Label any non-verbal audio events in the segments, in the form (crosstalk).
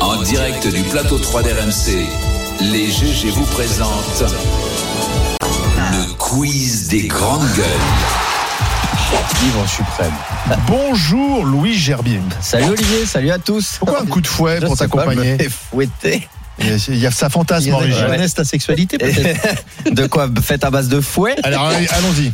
En direct du plateau 3 d'RMC, les GG vous présentent le quiz des grandes gueules. Vivre suprême. Bonjour Louis Gerbier. Salut Olivier, salut à tous. Pourquoi un coup de fouet Je pour sais pas, t'accompagner me fait fouetter. Il y a Il sa y fantasme en en a qui régie. connaissent ta sexualité De quoi Faites à base de fouet Alors allez, allons-y.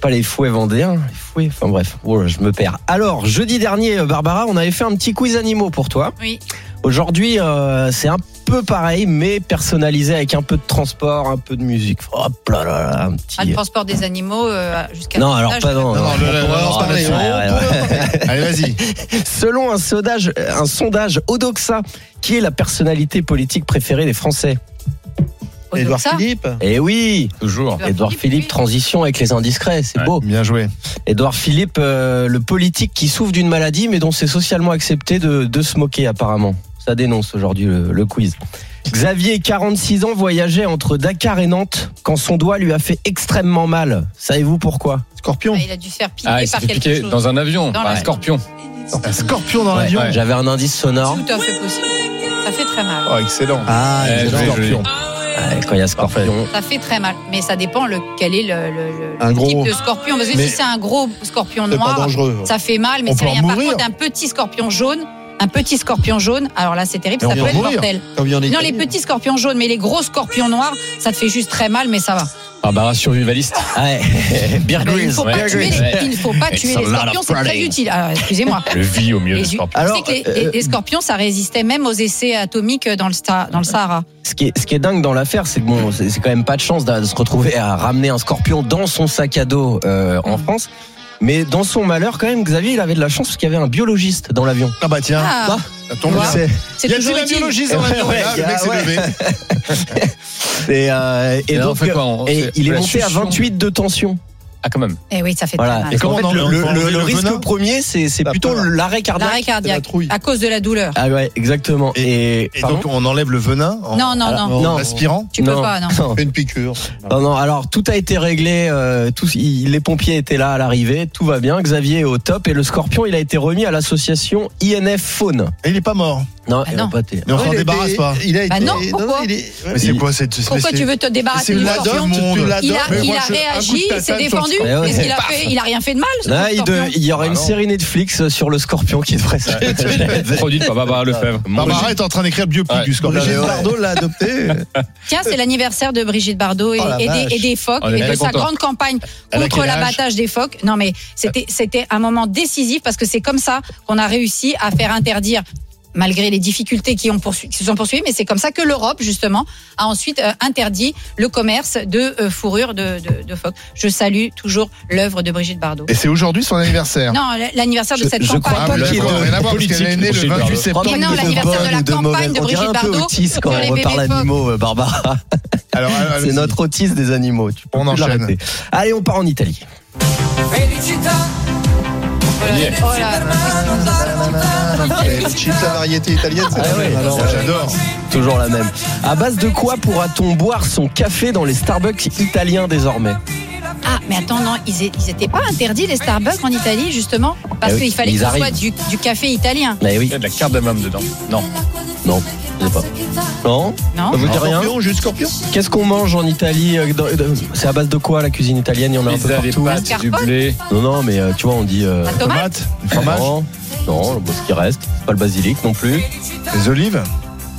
Pas les fouets vendéens, les fouets. Enfin bref, Oh là, je me perds. Alors, jeudi dernier, Barbara, on avait fait un petit quiz animaux pour toi. Oui. Aujourd'hui, euh, c'est un peu pareil, mais personnalisé avec un peu de transport, un peu de musique. Hop là là là, un petit. Ah, le transport des animaux euh, jusqu'à. non, cet alors âge, pas dans. Non, non, le- le- on va on va en parler, parler, ouais, ouais, ouais. Allez, vas-y. Oh, Selon un sondage, euh, un sondage Odoxa, qui est la personnalité politique préférée des Français Au Doxa, Philippe Eh oui Toujours. Édouard Édouard Philippe, Philippe, oui. transition avec les indiscrets, c'est beau. Oh, Bien joué. Édouard Philippe, euh, le politique qui souffre d'une maladie, mais dont c'est socialement accepté de, de se moquer apparemment. Ça dénonce aujourd'hui le, le quiz. Xavier, 46 ans, voyageait entre Dakar et Nantes quand son doigt lui a fait extrêmement mal. Savez-vous pourquoi Scorpion. ah, il a dû se faire piquer Ah, il s'est par fait quelque piquer chose. dans un avion, Dans par un l'avion. scorpion. Un scorpion dans Ouais, l'avion. ouais. Eh J'avais un indice sonore. Tout à fait possible. Ça fait très mal. Oh, excellent. Ah, Eh, Un j'adore. joli, scorpion. Ouais, Ah, quand il y a scorpion. Ça fait très mal. Mais ça dépend le, quel est le, le- le- Un le gros. type de scorpion. Parce que Mais- si c'est un gros scorpion C'est pas noir, dangereux. ça fait mal, mais On c'est peut en rien. Par mourir. contre, un petit scorpion jaune, un petit scorpion jaune, alors là, c'est terrible, Mais ça on peut peut en être mourir. mortel. Comme il y en a Non, les petits scorpions jaunes, mais les gros scorpions noirs, ça te fait juste très mal, mais ça va. Barbara survivaliste. Ah (laughs) Ouais. Bah, Bear Mais Il ne Grylls. faut Ouais, pas tuer ouais. les- il ne faut pas It's tuer a les lot of scorpions, c'est très running. utile. Alors, excusez-moi. Elle vit au milieu Les- du scorpion. Tu Alors, sais que les, les- euh, les scorpions, ça résistait même aux essais atomiques dans le, Sta- dans le Sahara. Ce qui, est, ce qui est dingue dans l'affaire, c'est que bon, c'est c'est quand même pas de chance d'a- de se retrouver à ramener un scorpion dans son sac à dos euh, en France. Mais dans son malheur, quand même, Xavier, il avait de la chance parce qu'il y avait un biologiste dans l'avion. Ah bah tiens, Ah, bah, ça tombe Ouais. bien. C'est- c'est Y a toujours un utile. biologiste dans l'avion Ouais, Là, Le mec ouais. s'est levé. Et, euh, et Et là, on donc, Ah, fait quoi On- et c'est- il est la monté à succion. 28 de tension. Ah, quand même. Eh oui, ça fait Voilà. très mal. Et qu'en comment fait, on en- le, on le- peut le- enlever le le risque venin premier, c'est c'est La plutôt peur. l'arrêt cardiaque. L'arrêt cardiaque. trouille. À cause de la douleur. Ah ouais, exactement. Et, Et pardon donc on enlève le venin en, Non, non, Alors, Ah, non. en Non. aspirant. Tu peux pas, (laughs) non. On fait une piqûre. Non, non, alors tout a été réglé, euh, tous- il- les pompiers étaient là à l'arrivée, tout va bien, Xavier est au top et le scorpion il a été remis à l'association INF Faune. Et il est pas mort. Non, Ah ils l'ont non. pas été. Mais on s'en il a débarrasse été- pas. Il a été. Bah non, pourquoi Mais c'est Il- quoi cette espèce Pourquoi Ah, tu veux te C'est débarrasser du une scorpion adopte, tu il a, l'adoptes. Mais il moi, a je- un coup de réagi, il s'est patate, défendu. je- Ouais, ouais. Qu'est-ce qu'il a fait Il a rien fait de mal. ce Là, il, scorpion. de- il y aura Ah une non. série Netflix sur le scorpion qui devrait (laughs) sortir. (laughs) Produite par Barbara Lefebvre. Barbara est en train d'écrire le biopic Ouais. du scorpion. Brigitte Bardot l'a adopté. Tiens, c'est l'anniversaire de Brigitte Bardot et, Oh la et des, vache. et des phoques On est et de très sa content. grande campagne Elle a contre quel âge l'abattage des phoques. Non, mais c'était c'était un moment décisif parce que c'est comme ça qu'on a réussi à faire interdire. Malgré les difficultés qui, ont poursu- qui se sont poursuivies, mais c'est comme ça que l'Europe, justement, a ensuite euh, interdit le commerce de euh, fourrures de, de, de phoques. Je salue toujours l'œuvre de Brigitte Bardot. Et c'est aujourd'hui son anniversaire. Ah, Non, l'anniversaire de Je- cette je campagne. crois pas mais qu'il y ait d'accord, de rien à voir, parce qu'elle est née politique. le 28 Mais septembre. Mais Ah non, de l'anniversaire bonne de la ou campagne mauvaise. de On dirait Brigitte un peu Bardot autiste quand sur on les reparle bébés animaux, euh, Barbara. Alors, (laughs) C'est allez-y. notre autiste des animaux. Tu peux On plus enchaîne. l'arrêter. Allez, on part en Italie. Oh là Et le chip, la variété italienne, c'est Ah la ouais. même. Alors, Ça, J'adore. Toujours la même. À base de quoi pourra-t-on boire son café dans les Starbucks italiens désormais Ah, mais attends, non, ils n'étaient pas interdits, les Starbucks en Italie, justement, parce Ah oui, qu'il fallait ils que ce soit arrivent. du, du café italien, Mais Eh oui. Il y a de la cardamome dedans. Non. Non, je sais pas. Non non Ça vous dit rien Scorpion, jus de scorpion Qu'est-ce qu'on mange en Italie euh, dans- dans- C'est à base de quoi la cuisine italienne Il y en a un peu Pizza, des partout. pâtes, du Mascarpone. blé. Non, non, mais euh, tu vois, on dit. euh, La tomate Tomate, fromage, non, non, bon, ce qui reste. Pas le basilic non plus. les olives.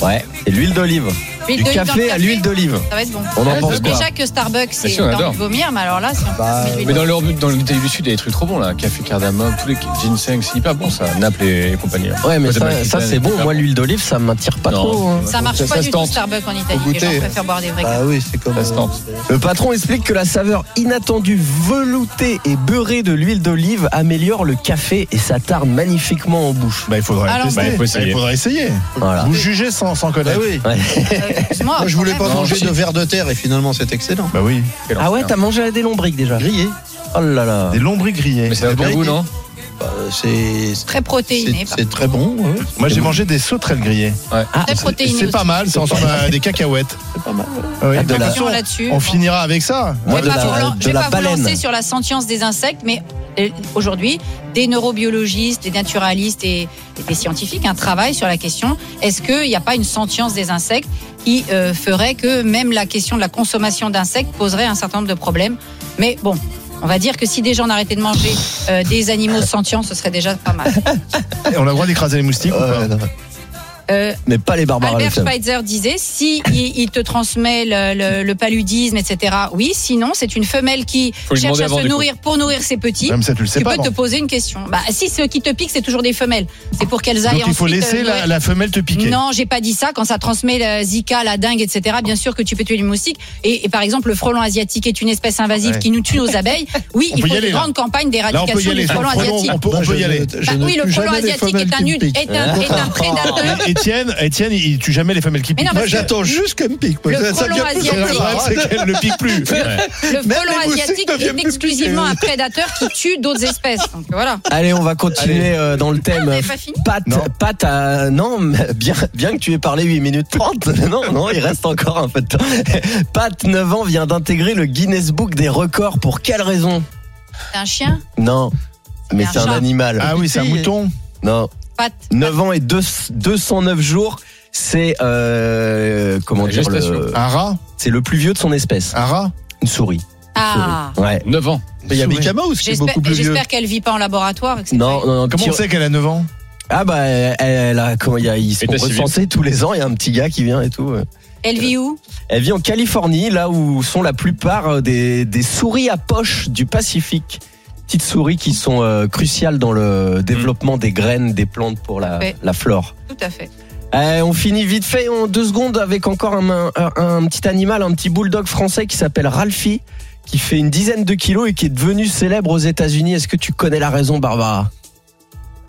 Ouais, c'est l'huile d'olive. Huile Du d'olive dans le café à l'huile d'olive. Ça va être bon. On en Ouais, pense c'est quoi Déjà que Starbucks, c'est sûr, on t'as adore. envie de vomir, mais alors là, c'est Bah, Mais dans leur but, dans le Italie du Sud, il y a des trucs trop bons là. Café cardamome, tous les ginseng, c'est hyper bon ça. Naples et compagnie. là. Ouais, mais Moi, j'aime ça, bien ça, les c'est bon. Italiens. Moi, l'huile d'olive, ça m'attire pas Non. trop. hein. ça marche ça pas se du tout tente. Starbucks en Italie. Faut Les gens goûter. préfèrent boire des vrais Bah oui, c'est comme. Ça se tente. Le patron explique que la saveur inattendue, veloutée et beurrée de l'huile d'olive améliore le café et s'attarde magnifiquement en bouche. Bah, il faudrait Alors, tester. bah, il faut essayer. Bah, il faudrait essayer. Voilà. Vous jugez sans, sans Bah connaître. Ah oui. Euh, excuse-moi, Moi, je voulais pas quand même. manger de verre de terre et finalement, c'est excellent. Bah oui. Quel Ah ouais, enfer. t'as mangé des lombriques déjà Grillé. Oh là là. Des lombris grillés. Mais c'est un bon goût, non Bah, c'est. c'est- hein, Très protéiné. C'est c'est très bon. ouais. Moi, j'ai mangé des sauterelles grillées. Ah, Très Et protéiné. C'est pas aussi. mal, ça ressemble à des cacahuètes. C'est pas mal. Ah oui. Ah, de la- Attention là-dessus. On finira avec ça. Je Moi, de vais pas vous la, lan- je de vais la pas vous baleine. lancer sur la sentience des insectes, mais euh, aujourd'hui, des neurobiologistes, des naturalistes et, et des scientifiques un travail sur la question est-ce qu'il n'y a pas une sentience des insectes qui euh, ferait que même la question de la consommation d'insectes poserait un certain nombre de problèmes Mais bon. On va dire que si des gens arrêtaient de manger euh, des animaux sentients, ce serait déjà pas mal. Et Eh, On a le droit d'écraser les moustiques ou pas Ouais, non. Euh, Mais pas les barbares à Albert l'hôtel. Schweitzer disait si il, il te transmet le, le- le paludisme, etc. Oui, sinon c'est une femelle qui Faut lui cherche demander à avant, se du coup. nourrir pour nourrir ses petits. Même ça, tu le sais Tu pas. peux te avant. poser une question. Bah, si ce qui te pique, c'est toujours des femelles. C'est pour qu'elles aillent Donc, il faut ensuite, laisser euh, la, nourrir- la femelle te piquer. Non, j'ai pas dit ça. Quand ça transmet la Zika, la dingue, etc., bien sûr que tu peux tuer les moustiques. Et, et par exemple, le frelon asiatique est une espèce invasive Ouais. qui nous tue nos abeilles. Oui, On il peut faut y une aller, là. grande campagne Là, on peut y d'éradication aller. du Sur frelon le frelon, asiatique. on peut, on Bah, peut y je aller. ne- je Bah ne oui, le tue frelon jamais les asiatique femelles est un qui me nul, piquent. est un, (laughs) est Ah, un prédateur. Et- Étienne, Étienne, il tue jamais les femelles qui Mais piquent. non, Moi, parce que- j'attends juste qu'elle me pique. parce Le que ça frelon devient plus asiatique. grave. c'est qu'elle ne pique plus. Le Même frelon les moustiques asiatique ne viennent est plus exclusivement piquer. un prédateur qui tue d'autres espèces. Donc voilà. Allez, on va continuer euh, dans le Eh thème. on ben. n'avait pas fini Pâte, Non. pâte à... Non, mais bien, bien que tu aies parlé 8 minutes 30. (laughs) Non, non, il reste encore un peu de temps. (laughs) Pat, 9 ans, vient d'intégrer le Guinness Book des records. Pour quelle raison C'est un chien, Non, mais Un c'est un (laughs) chat. animal. Ah oui, c'est un mouton. Non, Pat. 9 ans et deux- 209 jours, c'est... euh, comment La dire le, gestation. Un rat. C'est le plus vieux de son espèce. Un rat. Une souris. Ah. Ouais. 9 ans. Il y a Mika Mouse qui est J'espère beaucoup plus vieux. j'espère qu'elle vit pas en laboratoire. et que c'est Non, non, non, Comment petit- on sait qu'elle a 9 ans Ah bah elle, elle a comment il y a ils sont État civil. recensés tous les ans, il y a un petit gars qui vient et tout. ouais. Elle vit où Elle vit en Californie, là où sont la plupart euh, des, des souris à poche du Pacifique. Petites souris qui sont euh, cruciales dans Mm. le développement des graines des plantes pour la, Parfait. la flore. Tout à fait. Euh, on finit vite fait en deux secondes avec encore un, un- un petit animal, un petit bulldog français qui s'appelle Ralphie, qui fait une dizaine de kilos et qui est devenu célèbre aux États-Unis. Est-ce que tu connais la raison, Barbara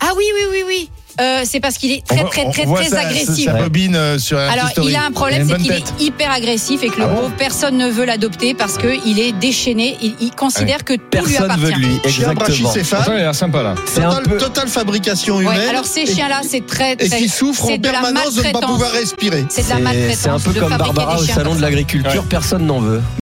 Ah oui, oui, oui, oui. Euh, c'est parce qu'il est On très, voit- très, on très, voit très sa- agressif. Sa bobine euh, sur la Alors, il a un problème, c'est qu'il est hyper agressif et que le Ah bon pauvre, personne ne veut l'adopter parce qu'il est déchaîné. Il, il considère que tout lui Personne veut de appartient. lui. Chien Exactement. Attends, il a brachycéphale. l'air sympa là. C'est un Totale, peu. totale fabrication humaine. Ouais, alors, ces chiens-là, c'est très, et très. qui souffre c'est en de la permanence de ne pas maltraitance. pouvoir respirer. C'est de la C'est- maltraitance. C'est un peu de comme fabriquer Barbara des au chiens salon comme de ça. l'agriculture, Ouais. personne n'en veut.